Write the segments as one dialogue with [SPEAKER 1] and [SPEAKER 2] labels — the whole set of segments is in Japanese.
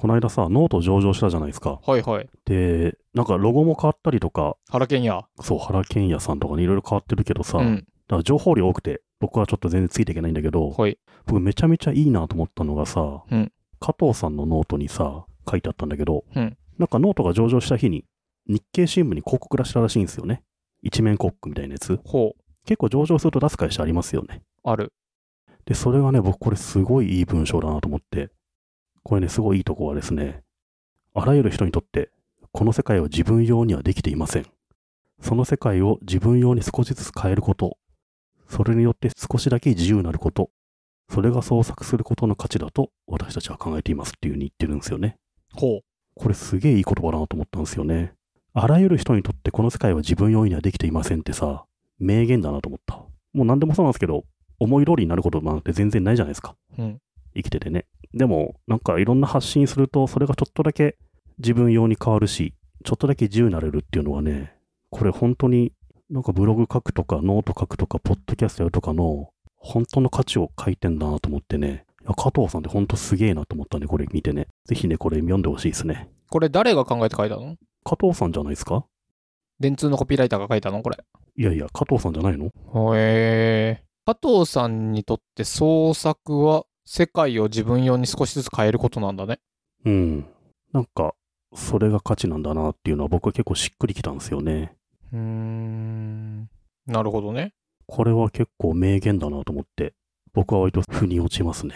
[SPEAKER 1] この間さ、ノート上場したじゃないですか。
[SPEAKER 2] はいはい。
[SPEAKER 1] で、なんかロゴも変わったりとか、
[SPEAKER 2] 原研や。
[SPEAKER 1] そう、原健也さんとかにいろいろ変わってるけどさ、
[SPEAKER 2] う
[SPEAKER 1] だ
[SPEAKER 2] ん。
[SPEAKER 1] から情報量多くて、僕はちょっと全然ついていけないんだけど、
[SPEAKER 2] はい。
[SPEAKER 1] 僕めちゃめちゃいいなと思ったのがさ、
[SPEAKER 2] うん
[SPEAKER 1] 加藤さんのノートにさ、書いてあったんだけど、
[SPEAKER 2] うん
[SPEAKER 1] なんかノートが上場した日に、日経新聞に広告出したらしいんですよね。一面広告みたいなやつ。
[SPEAKER 2] ほう。
[SPEAKER 1] 結構上場すると出す会社ありますよね。
[SPEAKER 2] ある。
[SPEAKER 1] で、それがね、僕これすごいいい文章だなと思って、これね、すごいいいとこはですね、あらゆる人にとって、この世界を自分用にはできていません。その世界を自分用に少しずつ変えること、それによって少しだけ自由になること、それが創作することの価値だと私たちは考えていますっていうふうに言ってるんですよね。
[SPEAKER 2] ほう。
[SPEAKER 1] これすげえいい言葉だなと思ったんですよね。あらゆる人にとってこの世界は自分用にはできていませんってさ、名言だなと思った。もう何でもそうなんですけど、思い通りになることなんて全然ないじゃないですか。
[SPEAKER 2] うん。
[SPEAKER 1] 生きててね。でも、なんかいろんな発信すると、それがちょっとだけ自分用に変わるし、ちょっとだけ自由になれるっていうのはね、これ本当になんかブログ書くとか、ノート書くとか、ポッドキャストやるとかの、本当の価値を書いてんだなと思ってね、いや加藤さんって本当すげえなと思ったんで、これ見てね。ぜひね、これ読んでほしいですね。
[SPEAKER 2] これ誰が考えて書いたの
[SPEAKER 1] 加藤さんじゃないですか
[SPEAKER 2] 電通のコピーライターが書いたのこれ。
[SPEAKER 1] いやいや、加藤さんじゃないの
[SPEAKER 2] へえ。加藤さんにとって創作は世界を自分用に少しずつ変えることなんだね。
[SPEAKER 1] うん。なんか、それが価値なんだなっていうのは僕は結構しっくりきたんですよね。
[SPEAKER 2] うーん。なるほどね。
[SPEAKER 1] これは結構名言だなと思って、僕は割と腑に落ちますね。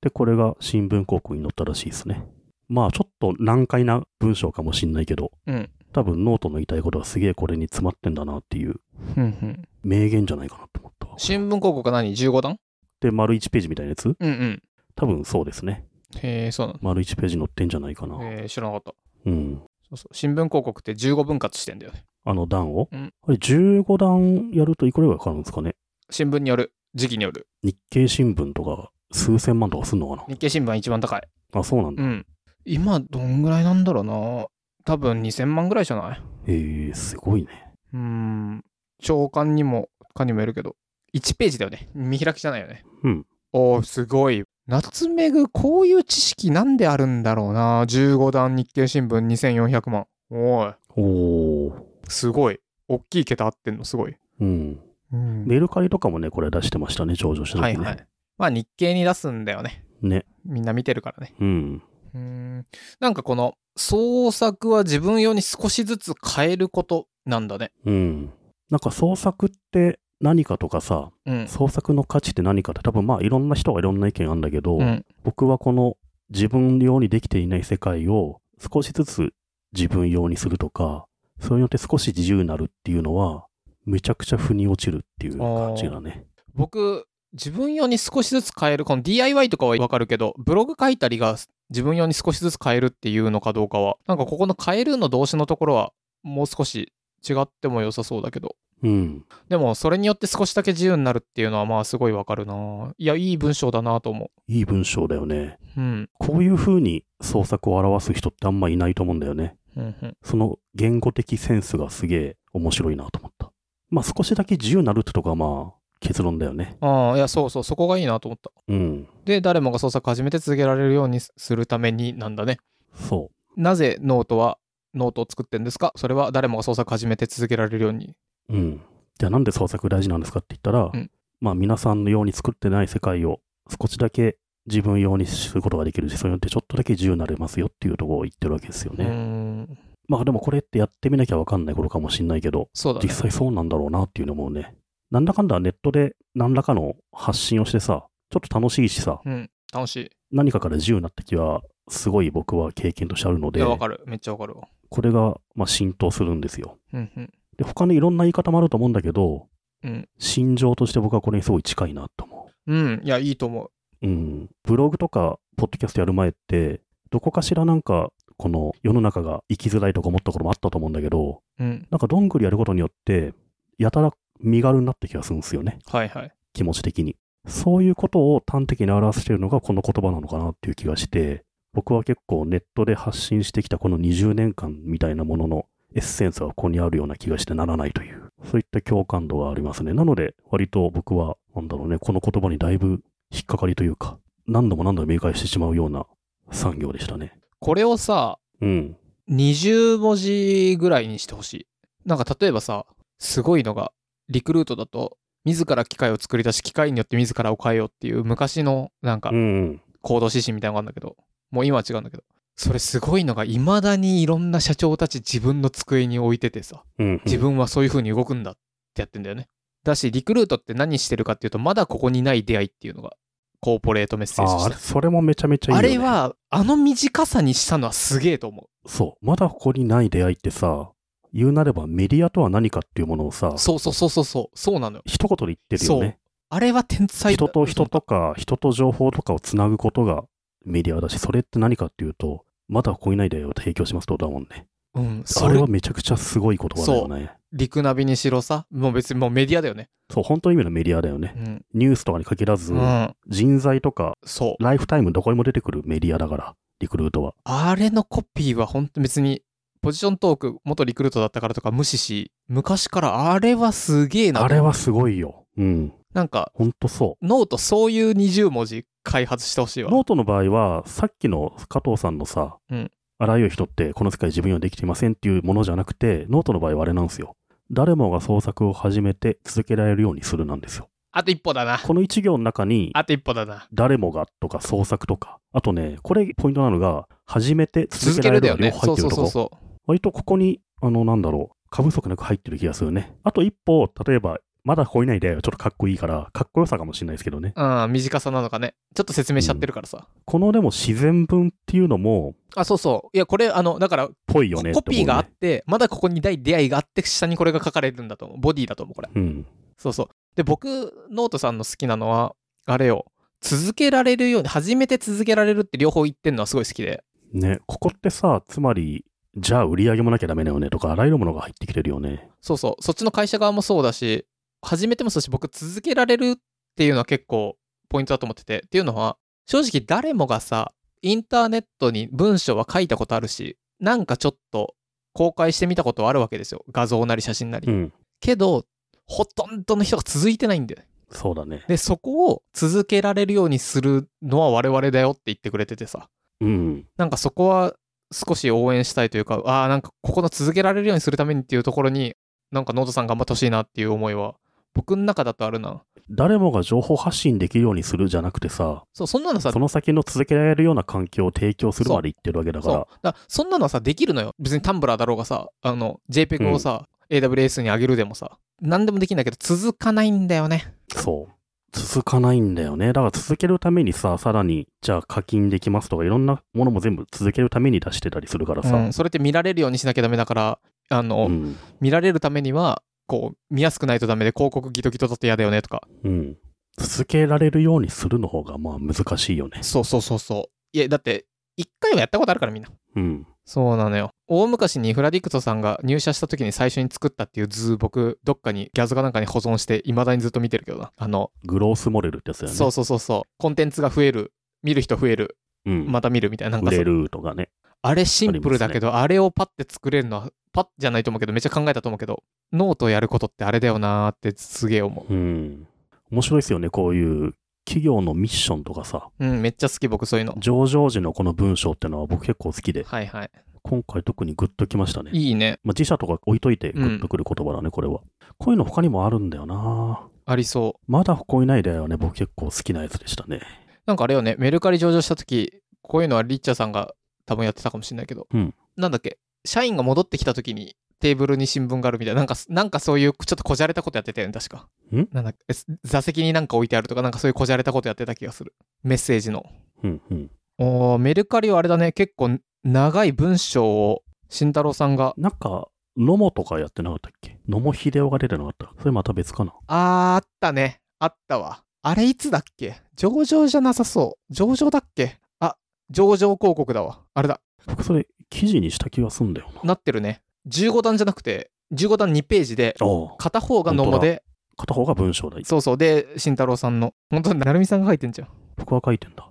[SPEAKER 1] で、これが新聞広告に載ったらしいですね。まあ、ちょっと難解な文章かもしんないけど、
[SPEAKER 2] うん。
[SPEAKER 1] 多分ノートの言いたいことはすげえこれに詰まってんだなっていう
[SPEAKER 2] ふんふん。
[SPEAKER 1] 名言じゃないかなと思ったわ。
[SPEAKER 2] 新聞広告は何 ?15 段
[SPEAKER 1] で、丸1ページみたいなやつ
[SPEAKER 2] うんうん。
[SPEAKER 1] 多分そうですね。
[SPEAKER 2] へえ、そうなの。
[SPEAKER 1] 丸1ページ載ってんじゃないかな。
[SPEAKER 2] えー、知らなかった。
[SPEAKER 1] うん。
[SPEAKER 2] そうそう。新聞広告って15分割してんだよね。
[SPEAKER 1] あの段を。
[SPEAKER 2] うん
[SPEAKER 1] あれ、15段やるといくらぐらいかかるんですかね
[SPEAKER 2] 新聞による。時期による。
[SPEAKER 1] 日経新聞とか数千万とかすんのか
[SPEAKER 2] 日経新聞は一番高い。
[SPEAKER 1] なあ、そうなんだ。
[SPEAKER 2] うん。今、どんぐらいなんだろうな。多分2000万ぐらいじゃない
[SPEAKER 1] えー、すごいね。
[SPEAKER 2] うーん。長官にも、かにもよるけど。1ページだよね。見開きじゃないよね。
[SPEAKER 1] うん。
[SPEAKER 2] おー、すごい。夏目ぐ、こういう知識なんであるんだろうな。15段日経新聞2400万。おーい。
[SPEAKER 1] おー。
[SPEAKER 2] すごい。大きい桁合ってんの、すごい。
[SPEAKER 1] うん。
[SPEAKER 2] うん。
[SPEAKER 1] メルカリとかもね、これ出してましたね、上場した時ね。
[SPEAKER 2] はいはい。まあ、日経に出すんだよね。
[SPEAKER 1] ね。
[SPEAKER 2] みんな見てるからね。
[SPEAKER 1] うん。
[SPEAKER 2] うーん。なんかこの、創作は自分用に少しずつ変えることなんだね。
[SPEAKER 1] うん。なんか創作って何かとかさ、
[SPEAKER 2] うん。
[SPEAKER 1] 創作の価値って何かって多分まあいろんな人がいろんな意見あるんだけど、
[SPEAKER 2] うん。
[SPEAKER 1] 僕はこの自分用にできていない世界を少しずつ自分用にするとか、それによって少し自由になるっていうのは、めちゃくちゃ腑に落ちるっていう感じだね。
[SPEAKER 2] 僕自分用に少しずつ変えるこの DIY とかは分かるけどブログ書いたりが自分用に少しずつ変えるっていうのかどうかはなんかここの変えるの動詞のところはもう少し違っても良さそうだけど
[SPEAKER 1] うん。
[SPEAKER 2] でもそれによって少しだけ自由になるっていうのはまあすごい分かるないやいい文章だなと思
[SPEAKER 1] いい文章だよね。
[SPEAKER 2] ううん
[SPEAKER 1] こういう風に創作を表す人ってあんまいないと思うんだよね。
[SPEAKER 2] うんうん
[SPEAKER 1] その言語的センスがすげえ面白いなと思った。まあ少しだけ自由になるってとこはまあ結論だよね。
[SPEAKER 2] ああいやそうそうそこがいいなと思った
[SPEAKER 1] うん。
[SPEAKER 2] で誰もが創作始めて続けられるようにすするためになんだね
[SPEAKER 1] そ
[SPEAKER 2] なぜノートはノートを作ってんですかそれは誰もが創作始めて続けられるように
[SPEAKER 1] う。うん。じゃあなんで創作大事なんですかって言ったら、
[SPEAKER 2] うん
[SPEAKER 1] まあ皆さんのように作ってない世界を少しだけ自分用にすることができるし、それによってちょっとだけ自由になれますよっていうところを言ってるわけですよね。
[SPEAKER 2] うーん
[SPEAKER 1] まあでもこれってやってみなきゃわかんないことかもしんないけど、
[SPEAKER 2] そうだね
[SPEAKER 1] 実際そうなんだろうなっていうのもね、なんだかんだネットで何らかの発信をしてさ、ちょっと楽しいしさ、
[SPEAKER 2] うん、楽しい。
[SPEAKER 1] 何かから自由になった気は、すごい僕は経験としてあるの
[SPEAKER 2] い
[SPEAKER 1] で
[SPEAKER 2] や、、わかる。めっちゃわかるわ。
[SPEAKER 1] これがまあ浸透するんですよ。
[SPEAKER 2] うんうん。
[SPEAKER 1] で、他にいろんな言い方もあると思うんだけど、
[SPEAKER 2] うん。
[SPEAKER 1] 心情として僕はこれにすごい近いなと思
[SPEAKER 2] うん、いや、いいと思
[SPEAKER 1] う。うん。ブログとか、ポッドキャストやる前って、どこかしらなんか、この世の中が生きづらいとか思ったこともあったと思うんだけど、
[SPEAKER 2] う。うん。
[SPEAKER 1] なんかどんぐりやることによって、やたら身軽になった気がするんですよね。
[SPEAKER 2] はいはい。
[SPEAKER 1] 気持ち的に。そういうことを端的に表しているのがこの言葉なのかなっていう気がして、僕は結構ネットで発信してきたこの20年間みたいなもののエッセンスがここにあるような気がしてならないという、そういった共感度がありますね。なので、割と僕は、なんだろうね、この言葉にだいぶ引っかかりというか、何度も何度も明解してしまうような産業でしたね。
[SPEAKER 2] これをさ、
[SPEAKER 1] うん。
[SPEAKER 2] 20文字ぐらいにしてほしい。なんか例えばさ、すごいのが、リクルートだと、自ら機械を作り出し、機械によって自らを変えようっていう昔のなんか
[SPEAKER 1] うんうん。
[SPEAKER 2] 行動指針みたいなのがあるんだけど、もう今は違うんだけど、それすごいのが、未だにいろんな社長たち自分の机に置いててさ、
[SPEAKER 1] うんうん。
[SPEAKER 2] 自分はそういう風に動くんだってやってんだよね。だし、リクルートって何してるかっていうと、まだここにない出会いっていうのが、コーポレートメッセージ
[SPEAKER 1] あ
[SPEAKER 2] と
[SPEAKER 1] あ
[SPEAKER 2] し
[SPEAKER 1] れ、
[SPEAKER 2] て。
[SPEAKER 1] それもめちゃめちゃいい
[SPEAKER 2] あ
[SPEAKER 1] よ、ね。
[SPEAKER 2] れは、あの短さにしたのはすげえと思
[SPEAKER 1] そう。まだここにない出会いってさ、言うなればメディアとは何かっていうものをさ
[SPEAKER 2] う。、そうそうそうそうそう、そうなのよ。
[SPEAKER 1] 一言で言ってるよね。
[SPEAKER 2] あれは天才だ
[SPEAKER 1] 人と人とか、人と情報とかをつなぐことがメディアだし、それって何かっていうと、まだここにない出会いを提供しますってことだもんね。
[SPEAKER 2] うん、そ
[SPEAKER 1] それ
[SPEAKER 2] れ
[SPEAKER 1] はめちゃくちゃすごい言葉だよね。
[SPEAKER 2] リクナビにしろさ、もう別にもうメディアだよね。
[SPEAKER 1] そう、本当の意味のメディアだよね
[SPEAKER 2] う。ん、
[SPEAKER 1] ニュースとかに限らず、
[SPEAKER 2] うん、
[SPEAKER 1] 人材とか、
[SPEAKER 2] そう。
[SPEAKER 1] ライフタイムどこにも出てくるメディアだから、リクルートは。
[SPEAKER 2] あれのコピーは本当別に、ポジショントーク、元リクルートだったからとか無視し、昔からあれはすげえなと。
[SPEAKER 1] あれはすごいよ。うん。
[SPEAKER 2] なんか、
[SPEAKER 1] ほんとそ。
[SPEAKER 2] ノートそういう20文字開発してほしいうわ。
[SPEAKER 1] ノートの場合は、さっきの加藤さんのさ、
[SPEAKER 2] うん
[SPEAKER 1] あらゆる人ってこの世界自分にはできていませんっていうものじゃなくて、ノートの場合はあれなんですよ。誰もが創作を始めて続けられるようにするなんですよ。
[SPEAKER 2] あと一歩だな。
[SPEAKER 1] この一行の中に、
[SPEAKER 2] あと一歩だな。
[SPEAKER 1] 誰もがとか創作とか、あとね、これポイントなのが、始めて続
[SPEAKER 2] 続
[SPEAKER 1] け
[SPEAKER 2] け
[SPEAKER 1] られる
[SPEAKER 2] るだ
[SPEAKER 1] よ
[SPEAKER 2] よね。
[SPEAKER 1] 両方入って
[SPEAKER 2] そうそ
[SPEAKER 1] ると
[SPEAKER 2] うそう
[SPEAKER 1] こ。
[SPEAKER 2] そ
[SPEAKER 1] 割とここに、あの、なんだろう、過不足なく入ってる気がするね。あと一歩、例えば、まだここにない出会いはちょっとかっこいいから、かっこよさかもしれないですけどね。
[SPEAKER 2] う。うん、短さなのかね。ちょっと説明しちゃってるからさ。
[SPEAKER 1] このでも自然文っていうのも、
[SPEAKER 2] あ、そうそう。いや、これ、あの、だから、
[SPEAKER 1] ぽいよねって
[SPEAKER 2] コ
[SPEAKER 1] 思う、ね。
[SPEAKER 2] ピーがあって、まだここに大出会いがあって、下にこれが書かれるんだと思う。ボディだと思う、これ。
[SPEAKER 1] うん。
[SPEAKER 2] そうそう。で、僕、ノートさんの好きなのは、あれよ。続けられるように、初めて続けられるって両方言ってんのはすごい好きで。
[SPEAKER 1] ね、ここってさ、つまり、じゃあ売り上げもなきゃダメだよねとか、あらゆるものが入ってきてるよね。
[SPEAKER 2] そうそう。そっちの会社側もそうだし、始めてもそうだし、僕、続けられるっていうのは結構ポイントだと思ってて。っていうのは、正直誰もがさ、インターネットに文章は書いたことあるし、なんかちょっと公開してみたことはあるわけですよ。画像なり写真なり。
[SPEAKER 1] うん。
[SPEAKER 2] けど、ほとんどの人が続いてないんだよね。
[SPEAKER 1] そうだね。
[SPEAKER 2] で、そこを続けられるようにするのは我々だよって言ってくれててさ。
[SPEAKER 1] うん。
[SPEAKER 2] なんかそこは少し応援したいというか、ああ、なんかここの続けられるようにするためにっていうところに、なんかノートさん頑張ってほしいなっていう思いは、僕の中だとあるな。
[SPEAKER 1] 誰もが情報発信できるようにするじゃなくてさ、
[SPEAKER 2] そう、そんなのさ、
[SPEAKER 1] その先の続けられるような環境を提供する
[SPEAKER 2] そう
[SPEAKER 1] まで言ってるわけだ
[SPEAKER 2] そ
[SPEAKER 1] から
[SPEAKER 2] う。だからそんなのはさ、できるのよ。別にタンブラーだろうがさ、あの、JPEG をさ、AWS に上げるでもさ、何でもできるんだけど、続かないんだよね。
[SPEAKER 1] そう。続かないんだよね。だから続けるためにさ、さらに、じゃあ課金できますとか、いろんなものも全部続けるために出してたりするから
[SPEAKER 2] う
[SPEAKER 1] さ。
[SPEAKER 2] ん、それって見られるようにしなきゃダメだから、あの、
[SPEAKER 1] うん。
[SPEAKER 2] 見られるためには、こう、見やすくないとダメで、広告ギトギトだって嫌だよねとか。
[SPEAKER 1] うん続けられるようにするの方が、まあ難しいよね。
[SPEAKER 2] そうそうそうそう。いや、だって、一回はやったことあるからみんな。
[SPEAKER 1] うん。
[SPEAKER 2] そうなのよ。大昔にフラディクトさんが入社した時に最初に作ったっていう図、僕、どっかにギャズかなんかに保存して、未だにずっと見てるけどな。あの、
[SPEAKER 1] グロースモデルってやつだよね。
[SPEAKER 2] そうそうそうそう。コンテンツが増える。見る人増える。
[SPEAKER 1] うん。
[SPEAKER 2] また見るみたいな。なんか
[SPEAKER 1] 売
[SPEAKER 2] そう
[SPEAKER 1] れるとかね。
[SPEAKER 2] あれシンプルだけど、あれをパッて作れるのは、パッじゃないと思うけど、めっちゃ考えたと思うけど、ノートやることってあれだよなーってすげえ思
[SPEAKER 1] うん。面白いですよね。こういう企業のミッションとかさ、
[SPEAKER 2] う。うん、めっちゃ好き、僕そういうの。
[SPEAKER 1] 上場時のこの文章ってのは僕結構好きで、
[SPEAKER 2] はいはい。
[SPEAKER 1] 今回特にグッときましたね。
[SPEAKER 2] いいね。
[SPEAKER 1] まあ、自社とか置いといて
[SPEAKER 2] う
[SPEAKER 1] グ
[SPEAKER 2] ん
[SPEAKER 1] ッとくる言葉だね、これは。こういうの他にもあるんだよな
[SPEAKER 2] ありそう。
[SPEAKER 1] まだここにない出会いはね、僕結構好きなやつでしたね。
[SPEAKER 2] なんかあれよね、メルカリ上場した時こういうのはリッチャーさんが多分やってたかもしれないけど、
[SPEAKER 1] うん
[SPEAKER 2] なんだっけ、社員が戻ってきた時にテーブルに新聞があるみたいな、なんかなんかそういうちょっとこじゃれたことやってたよね、確か。
[SPEAKER 1] ん
[SPEAKER 2] なんだっけ、え座席になんか置いてあるとか、なんかそういうこじゃれたことやってた気がする。メッセージの。
[SPEAKER 1] うんうん。
[SPEAKER 2] おーメルカリはあれだね、結構長い文章を慎太郎さんが、
[SPEAKER 1] なんか、野茂とかやってなかったっけ野茂秀夫が出てなかった。それまた別かな。
[SPEAKER 2] あー、あったね、あったわ。あれいつだっけ上場じゃなさそう。上場だっけあ、上場広告だわ。あれだ。
[SPEAKER 1] 僕それ記事にした気がすんだよな。
[SPEAKER 2] なってるね15段じゃなくて15段2ページで
[SPEAKER 1] おう
[SPEAKER 2] 片方が野茂で
[SPEAKER 1] 片方が文章だ。
[SPEAKER 2] そうそうで慎太郎さんの本当に成美さんが書いてんじゃん
[SPEAKER 1] 僕は書いてんだ。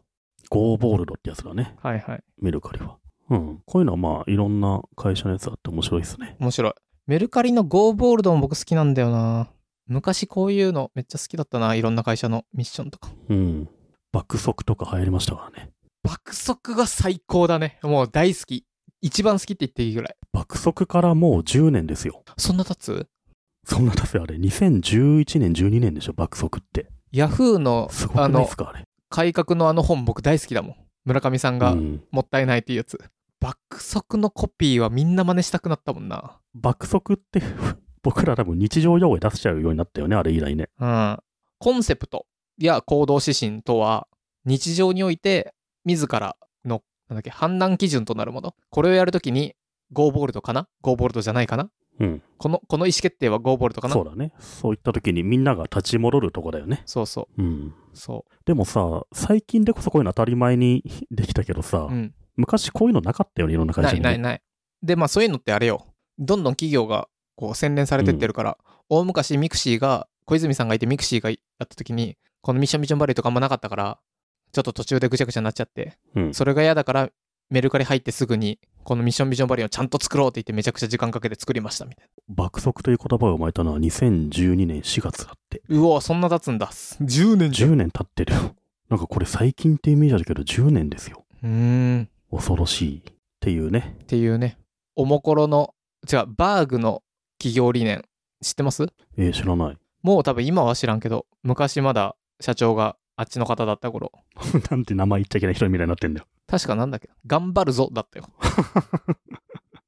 [SPEAKER 1] ゴーボールドってやつだね。
[SPEAKER 2] はいはい
[SPEAKER 1] メルカリは。うん。こういうのはまあ、いろんな会社のやつあって面白いですね。
[SPEAKER 2] 面白いメルカリのゴーボールドも僕好きなんだよな昔こういうのめっちゃ好きだったないろんな会社のミッションとか
[SPEAKER 1] うん。爆速とか流行りましたからね。
[SPEAKER 2] 爆速が最高だね。もう大好き。一番好きって言っていいぐらい。
[SPEAKER 1] 爆速からもう10年ですよ。
[SPEAKER 2] そんな経つ
[SPEAKER 1] そんなだせあれ、2011年、12年でしょ、爆速って。
[SPEAKER 2] ヤフーの
[SPEAKER 1] すごくな
[SPEAKER 2] あ
[SPEAKER 1] いで
[SPEAKER 2] の
[SPEAKER 1] すか、あれ。
[SPEAKER 2] 改革のあの本僕大好きだもん。村上さんが
[SPEAKER 1] うん
[SPEAKER 2] もったいないっていうやつ。爆速のコピーはみんな真似したくなったもんな。
[SPEAKER 1] 爆速って 僕ら多分日常用語で出しちゃうようになったよね、あれ以来ね。
[SPEAKER 2] うん。コンセプトや行動指針とは、日常において、自らの、なんだっけ、判断基準となるもの。これをやるときに、ゴーボールドかなゴーボールドじゃないかな
[SPEAKER 1] うん。
[SPEAKER 2] この、この意思決定はゴーボールドかな
[SPEAKER 1] そうだね。そういった時にみんなが立ち戻るとこだよね。
[SPEAKER 2] そうそ
[SPEAKER 1] うん。
[SPEAKER 2] う。そ
[SPEAKER 1] でもさ、最近でこそこういうの当たり前にできたけどさ、
[SPEAKER 2] う。うん。
[SPEAKER 1] 昔こういうのなかったよね、いろんな会
[SPEAKER 2] な
[SPEAKER 1] 社
[SPEAKER 2] い
[SPEAKER 1] に、
[SPEAKER 2] ないない。で、まあそういうのってあれよ。どんどん企業がこう洗練されてってるから、大昔ミクシーが、小泉さんがいてミクシーがやった時に、このミッションミッションバレーとかあんまなかったから、ちょっと途中でぐちゃぐちゃになっちゃって、
[SPEAKER 1] うん。
[SPEAKER 2] それが嫌だからメルカリ入ってすぐに、このミッションミッションバレーをちゃんと作ろうって言ってめちゃくちゃ時間かけて作りましたみたい
[SPEAKER 1] 爆速という言葉が生まれたのは2012年4月だって。
[SPEAKER 2] な。うおそんな経つんだ。10年じゃん。
[SPEAKER 1] 10年経ってるよ。なんかこれ最近ってイメージあるけど、10年ですよ。
[SPEAKER 2] うーん。
[SPEAKER 1] 恐ろしい。っていうね。
[SPEAKER 2] っていうね、おもころの、違う、バーグの企業理念、知ってます
[SPEAKER 1] えー知らない。
[SPEAKER 2] もう多分今は知らんけど、昔まだ社長があっちの方だった頃、
[SPEAKER 1] なんて名前言っちゃいけない人みたいになってんだよ。
[SPEAKER 2] 確かなんだっけ頑張るぞだったよ。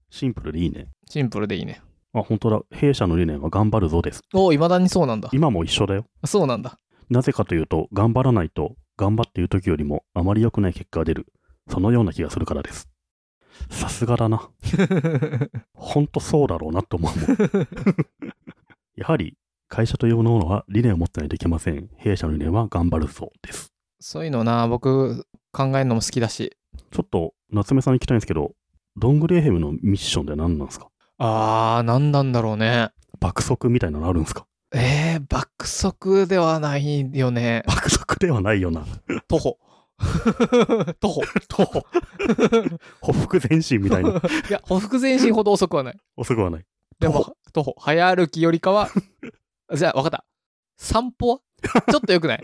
[SPEAKER 1] シンプルでいいね。
[SPEAKER 2] シンプルでいいね。
[SPEAKER 1] あ、本当だ。弊社の理念は頑張るぞです。
[SPEAKER 2] おお、いまだにそうなんだ。
[SPEAKER 1] 今も一緒だよ。
[SPEAKER 2] そうなんだ。
[SPEAKER 1] なぜかというと、頑張らないと、頑張っている時よりもあまり良くない結果が出る。そのような気がするからです。さすがだな。ほんとそうだろうなと思うもん。やはり、会社というものは理念を持ってないといけません。弊社の理念は頑張るぞです。
[SPEAKER 2] そういうのな、僕、考えるのも好きだし。
[SPEAKER 1] ちょっと、夏目さんに聞きたいんですけど、ドングレーヘムのミッションで何なんですか
[SPEAKER 2] あー、何なんだろうね。
[SPEAKER 1] 爆速みたいなのあるんですか
[SPEAKER 2] えー、爆速ではないよね。
[SPEAKER 1] 爆速ではないよな。
[SPEAKER 2] 徒 歩。徒歩。
[SPEAKER 1] と、ほふ前進みたいな。
[SPEAKER 2] いや、ほふ前進ほど遅くはない。
[SPEAKER 1] 遅くはない。
[SPEAKER 2] で
[SPEAKER 1] 徒
[SPEAKER 2] も、徒歩、早歩きよりか は、じゃあ、わかった。散歩 はちょっとよくない。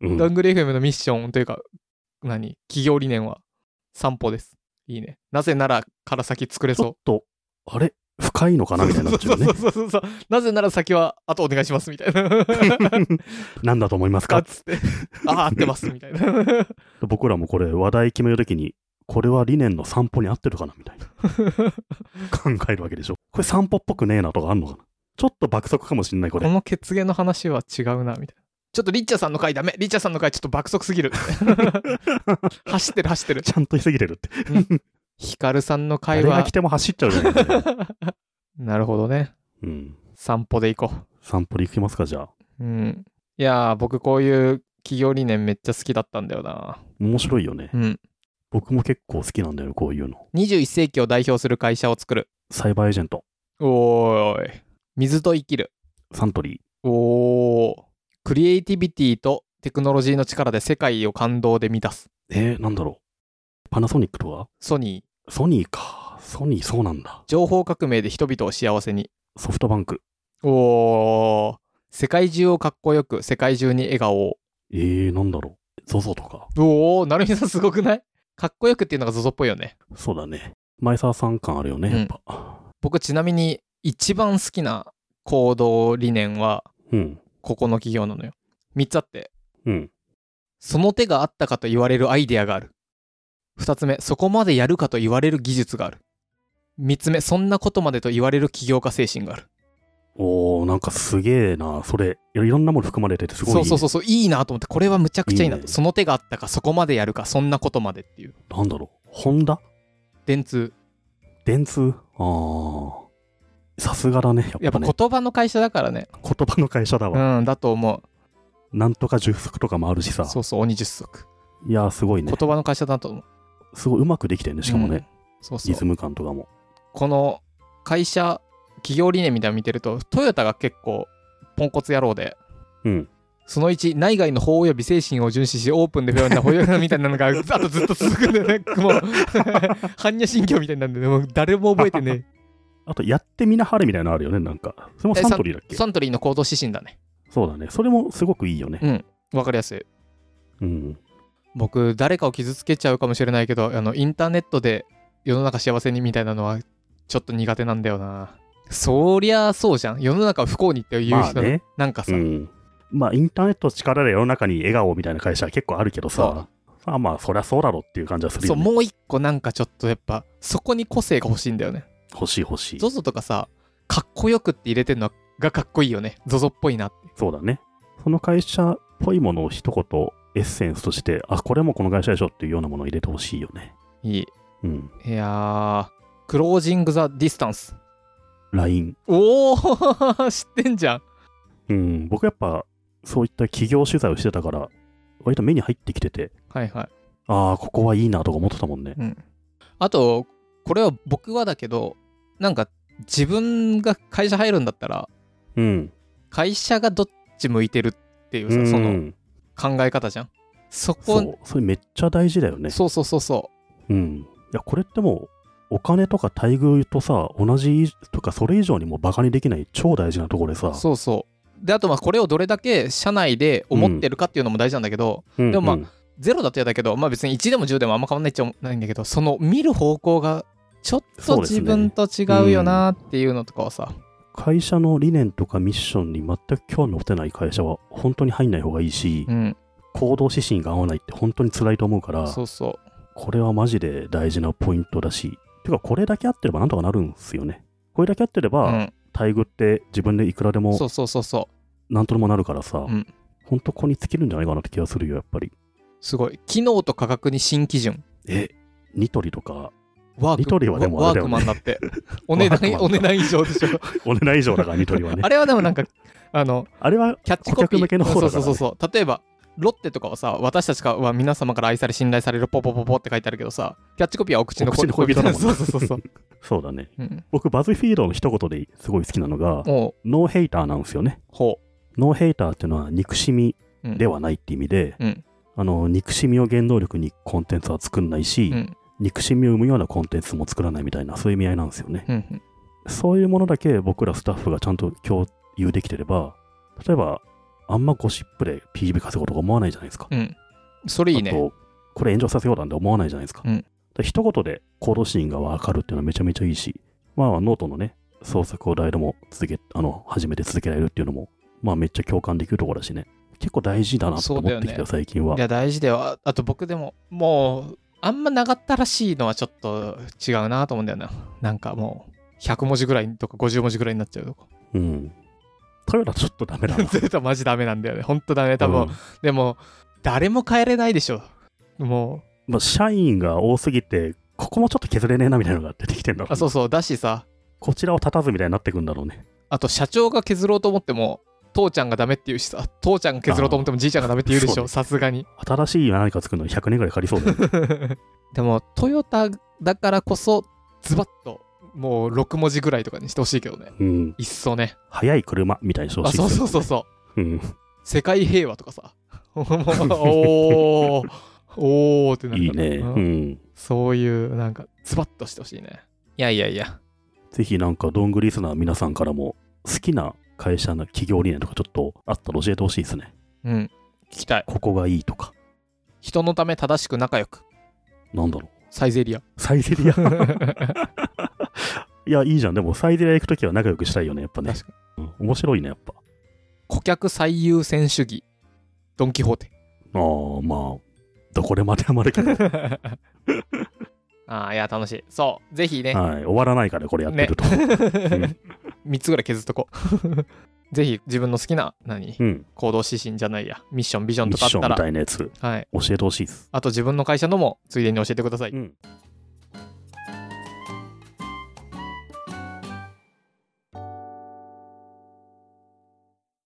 [SPEAKER 1] うん
[SPEAKER 2] ダングレ FM のミッションというか、何企業理念は散歩です。いいね。なぜならから先作れ
[SPEAKER 1] ちょっ
[SPEAKER 2] そ
[SPEAKER 1] と、あれ深いのか
[SPEAKER 2] う。
[SPEAKER 1] なみたいになっちゃうね
[SPEAKER 2] そう。そうそうそうそう。なぜなら先は、あとお願いしますみたいな。
[SPEAKER 1] なんだと思います
[SPEAKER 2] かっ
[SPEAKER 1] か
[SPEAKER 2] つって。ああ、合ってますみたいな。
[SPEAKER 1] 僕らもこれ話題決めるときに、これは理念の散歩に合ってるかなみたいな 考えるわけでしょ。これ散歩っぽくねえなとかあんのかなちょっと爆速かもしんない、こ
[SPEAKER 2] こ
[SPEAKER 1] れ。
[SPEAKER 2] の血芸の話は違うな、みたいな。ちょっとリッチャーさんの回ダメ。リッチャーさんの回ちょっと爆速す ぎる。走ってる走ってる。
[SPEAKER 1] ちゃんとしすぎてるって。
[SPEAKER 2] ヒカルさんの回
[SPEAKER 1] 誰が
[SPEAKER 2] は
[SPEAKER 1] 来。ても走っちゃうじゃない ですか。
[SPEAKER 2] なるほどね。
[SPEAKER 1] うん。
[SPEAKER 2] 散歩で行こ
[SPEAKER 1] 散歩で行きますか、じゃあ。
[SPEAKER 2] う。うん。いやー、僕こういう企業理念めっちゃ好きだったんだよな。
[SPEAKER 1] 面白いよね。
[SPEAKER 2] うん。
[SPEAKER 1] 僕も結構好きなんだよ、こういうの。
[SPEAKER 2] 21世紀を代表する会社を作る。
[SPEAKER 1] サイバーエージェント、
[SPEAKER 2] おーい。水と生きる。
[SPEAKER 1] サントリ
[SPEAKER 2] おー。クリエイティビティとテクノロジーの力で世界を感動で満たす。
[SPEAKER 1] ー。えー、なんだろう。パナソニックとは
[SPEAKER 2] ソニー。
[SPEAKER 1] ソニーか。ソニーそうなんだ。
[SPEAKER 2] 情報革命で人々を幸せに。
[SPEAKER 1] ソフトバンク。
[SPEAKER 2] おー。世界中をかっこよく、世界中に笑顔を。
[SPEAKER 1] えー、なんだろう。ゾゾとか。
[SPEAKER 2] おー、なるみさんすごくないかっこよくっていうのがゾゾっぽいよね。
[SPEAKER 1] そうだね。前澤さん感あるよね、
[SPEAKER 2] うん
[SPEAKER 1] やっぱ。
[SPEAKER 2] 僕ちなみに一番好きな行動理念は
[SPEAKER 1] うん。
[SPEAKER 2] ここの企業なのよ3つあって
[SPEAKER 1] うん。
[SPEAKER 2] その手があったかと言われるアイデアがある2つ目そこまでやるかと言われる技術がある3つ目そんなことまでと言われる起業家精神がある
[SPEAKER 1] おー、なんかすげえな。それ、いろいろんなもの含まれててすごい、
[SPEAKER 2] そうそうそううそういいなと思ってこれはむちゃくちゃいいない
[SPEAKER 1] いね
[SPEAKER 2] その手があったかそこまでやるかそんなことまでっていう
[SPEAKER 1] そう。なんだろう。ホンダ
[SPEAKER 2] 電通
[SPEAKER 1] 電通あー。さすがだね。や
[SPEAKER 2] や
[SPEAKER 1] っ
[SPEAKER 2] っ
[SPEAKER 1] ぱ
[SPEAKER 2] ぱ
[SPEAKER 1] ね。
[SPEAKER 2] 言葉の会社だからね
[SPEAKER 1] 言葉の会社だわ。
[SPEAKER 2] うんだと思
[SPEAKER 1] なんとか十足とかもあるしさ
[SPEAKER 2] う。そうそう鬼十足
[SPEAKER 1] いやー、すごいね
[SPEAKER 2] 言。葉の会社だと思う
[SPEAKER 1] すごいうまくできてるね。しかもね、
[SPEAKER 2] うんそうそう
[SPEAKER 1] リズム感とかも。
[SPEAKER 2] この会社企業理念みたいなの見てるとトヨタが結構ポンコツ野郎で
[SPEAKER 1] うん。
[SPEAKER 2] その1内外の法及び精神を遵守しオープンで不要な保養みたいなのがあとずっと続くんでねもう般若心経みたいなんでねもう誰も覚えてね
[SPEAKER 1] あと、やってみなはれみたいなのあるよね、なんか。それ もサントリーだっ
[SPEAKER 2] え
[SPEAKER 1] け
[SPEAKER 2] サントリーの行動指針だね
[SPEAKER 1] そうだね。それもすごくいいよね。
[SPEAKER 2] わかりやすい
[SPEAKER 1] うん。
[SPEAKER 2] 僕誰かを傷つけちゃうかもしれないけどあのインターネットで世の中幸せにみたいなのはちょっと苦手なんだよなそりゃそうじゃん世の中を不幸にっていう
[SPEAKER 1] まあ
[SPEAKER 2] 人、
[SPEAKER 1] ね、
[SPEAKER 2] なんかさ、
[SPEAKER 1] うん。まあ、インターネットの力で世の中に笑顔みたいな会社は結構あるけどさ、まあまあ、そりゃそうだろっていう感じはする
[SPEAKER 2] そ
[SPEAKER 1] よ
[SPEAKER 2] う
[SPEAKER 1] ね。
[SPEAKER 2] もう一個なんかちょっとやっぱそこに個性が欲しいんだよね
[SPEAKER 1] 欲しい欲しい。
[SPEAKER 2] ZOZO とかさかっこよくって入れてるのがかっこいいよね ZOZO っぽいなって
[SPEAKER 1] そうだね。その会社っぽいものを一言エッセンスとして、あ、これもこの会社でしょっていうようなものを入れてほしいよね。
[SPEAKER 2] いい
[SPEAKER 1] うん。
[SPEAKER 2] いやークロージング・ザ・ディスタンス
[SPEAKER 1] LINE。
[SPEAKER 2] おお 知ってんじゃん
[SPEAKER 1] うん。僕やっぱ、そういった企業取材をしてたから、割と目に入ってきてて、
[SPEAKER 2] はいはい
[SPEAKER 1] ああ、ここはいいなとか思ってたもんね。
[SPEAKER 2] うん、あとこれは僕はだけどなんか自分が会社入るんだったら
[SPEAKER 1] うん。
[SPEAKER 2] 会社がどっち向いてるっていう
[SPEAKER 1] う
[SPEAKER 2] さ
[SPEAKER 1] ん
[SPEAKER 2] その考え方じゃん
[SPEAKER 1] そ
[SPEAKER 2] そこ
[SPEAKER 1] う。それめっちゃ大事だよね。
[SPEAKER 2] そうそうそうそ
[SPEAKER 1] うん。いや、これってもう、お金とか待遇とさ、同じとか、それ以上にもうバカにできない超大事なところでさ
[SPEAKER 2] う、そうそうであとまあこれをどれだけ社内で思ってるかっていうのも大事なんだけど、
[SPEAKER 1] うん
[SPEAKER 2] でもまあ
[SPEAKER 1] うん
[SPEAKER 2] ゼロだと嫌だけどまあ別に1でも10でもあんま変わんないっちゃないんだけどその見る方向がちょっ
[SPEAKER 1] そ
[SPEAKER 2] と
[SPEAKER 1] うですね
[SPEAKER 2] 自分と違うよなっていうのとかはさ、
[SPEAKER 1] 会社の理念とかミッションに全く興味持てない会社は本当に入んない方がいいし、
[SPEAKER 2] うん、
[SPEAKER 1] 行動指針が合わないって本当に辛いと思うから、
[SPEAKER 2] そうそう
[SPEAKER 1] これはマジで大事なポイントだし、てかこれだけ合ってればなんとかなるんすよね。これだけ合ってれば、
[SPEAKER 2] うん、
[SPEAKER 1] 待遇って自分でいくらでも
[SPEAKER 2] そうそうそうそう
[SPEAKER 1] なんとでもなるからさ、
[SPEAKER 2] うん
[SPEAKER 1] 本当ここに尽きるんじゃないかなって気がするよ、やっぱり。
[SPEAKER 2] すごい機能と価格に新基準
[SPEAKER 1] え、ニトリとか、
[SPEAKER 2] ワーク
[SPEAKER 1] ニトリはでもあれだよね
[SPEAKER 2] ワークマンだって。お値
[SPEAKER 1] ワ
[SPEAKER 2] 段
[SPEAKER 1] ークマン、だ
[SPEAKER 2] お値段以上でしょ。
[SPEAKER 1] お値段以上だから、ニトリはね
[SPEAKER 2] あ。れはでもなんか、あの、
[SPEAKER 1] あれは
[SPEAKER 2] キャッチコピー。
[SPEAKER 1] 顧客向けの方だからね
[SPEAKER 2] そうそうそうそう。例えば、ロッテとかはさ、私たちは皆様から愛され、信頼される、ポポポポって書いてあるけどさ、キャッチコピーはお口の
[SPEAKER 1] お口の恋人だもん
[SPEAKER 2] そうそうそうそう。
[SPEAKER 1] そうだね。
[SPEAKER 2] うん、
[SPEAKER 1] 僕、バズフィードの一言ですごい好きなのが、
[SPEAKER 2] もう、
[SPEAKER 1] ノーヘイターなんですよね。
[SPEAKER 2] ほ
[SPEAKER 1] ノーヘイターっていうのは憎しみ
[SPEAKER 2] う。うん
[SPEAKER 1] で、はないって意味で、
[SPEAKER 2] うん
[SPEAKER 1] あの憎しみを原動力にコンテンツは作んないし、
[SPEAKER 2] うん
[SPEAKER 1] 憎しみを生むようなコンテンツも作らないみたいな、そういう意味合いなんですよね。
[SPEAKER 2] うんうん、
[SPEAKER 1] そういうものだけ僕らスタッフがちゃんと共有できてれば、例えば、あんまゴシップで PGB 稼ごうとか思わないじゃないですか。
[SPEAKER 2] うん。それいい
[SPEAKER 1] あ
[SPEAKER 2] ね。
[SPEAKER 1] と、これ炎上させようなんて思わないじゃないですか。
[SPEAKER 2] うん
[SPEAKER 1] で一言で行動シーンがわかるっていうのはめちゃめちゃいいし、まあ、ノートのね、創作を誰でも続け、あの、始めて続けられるっていうのも、まあ、めっちゃ共感できるところだしね。結構大事だなと
[SPEAKER 2] そう
[SPEAKER 1] 思
[SPEAKER 2] だよ
[SPEAKER 1] っ
[SPEAKER 2] ね。
[SPEAKER 1] てきたよ、最近はい
[SPEAKER 2] や、大事だよ。ああと僕でも、もう、あんま長ったらしいのはちょっと違うなと思うんだよな。なんかもう、100文字ぐらいとか50文字ぐらいになっちゃうとか。。
[SPEAKER 1] うん。トヨタちょっとダメだな
[SPEAKER 2] ゼータマジダメなんだよね。ほんとダメ。 多分、
[SPEAKER 1] うん
[SPEAKER 2] でも、誰も変えれないでしょ。もう、
[SPEAKER 1] まあ、社員が多すぎて、ここもちょっと削れねえなみたいなのが出てきてんだろうね、
[SPEAKER 2] あそうそう、だしさ、
[SPEAKER 1] こちらを立たずみたいになってくんだろうね。
[SPEAKER 2] あと社長が削ろうと思っても、父ちゃんがダメって言うしさ、父ちゃんが削ろうと思ってもじいちゃんがダメって言うでし
[SPEAKER 1] そう
[SPEAKER 2] ょ、
[SPEAKER 1] ね
[SPEAKER 2] さすがに。
[SPEAKER 1] 新しい何か作るのに100年ぐらいかかりそうだよね。
[SPEAKER 2] でも、トヨタだからこそ、ズバッと、もう6文字ぐらいとかにしてほしいけどね。
[SPEAKER 1] うん。
[SPEAKER 2] いっそね。
[SPEAKER 1] 速い車みたいにしてほ
[SPEAKER 2] あ、
[SPEAKER 1] しい
[SPEAKER 2] そう
[SPEAKER 1] です
[SPEAKER 2] そ
[SPEAKER 1] よ
[SPEAKER 2] うそうそう。
[SPEAKER 1] うん。
[SPEAKER 2] 世界平和とかさ。 もうお ー、おーってなる
[SPEAKER 1] いい
[SPEAKER 2] から
[SPEAKER 1] ね。
[SPEAKER 2] うん
[SPEAKER 1] うん。
[SPEAKER 2] そういう、なんか、ズバッとしてほしいね。いやいやいや。
[SPEAKER 1] ぜひなんか、ドングリスナー皆さんからも、好きな会社の企業理念とかちょっとあったら教えてほしいですね。
[SPEAKER 2] うん。聞きたい。
[SPEAKER 1] ここがいいとか。
[SPEAKER 2] 人のため正しく仲良く。
[SPEAKER 1] なんだろ
[SPEAKER 2] サイゼリア。
[SPEAKER 1] う。サイゼリ ア。いや、いいじゃん。でも、サイゼリア行くときは仲良くしたいよね、やっぱね。
[SPEAKER 2] 確かに
[SPEAKER 1] うん面白いね、やっぱ。
[SPEAKER 2] 顧客最優先主義。ドン・キホ ーテ。
[SPEAKER 1] ああ、まあ、どこでまで余るけど。
[SPEAKER 2] ああ、いや、楽しい。そう。ぜひね、
[SPEAKER 1] はい。終わらないから、これやってると。うん
[SPEAKER 2] 3つぐらい削っとこう。 ぜひ自分の好きな何
[SPEAKER 1] うん。
[SPEAKER 2] 行動指針じゃないやミッションビジョン
[SPEAKER 1] ミ
[SPEAKER 2] と
[SPEAKER 1] ッ
[SPEAKER 2] かあっ
[SPEAKER 1] ション
[SPEAKER 2] た
[SPEAKER 1] み
[SPEAKER 2] ら
[SPEAKER 1] たいなやつ、教
[SPEAKER 2] はい
[SPEAKER 1] えてほしいです。
[SPEAKER 2] あと自分の会社のもついでに教えてください
[SPEAKER 1] うん。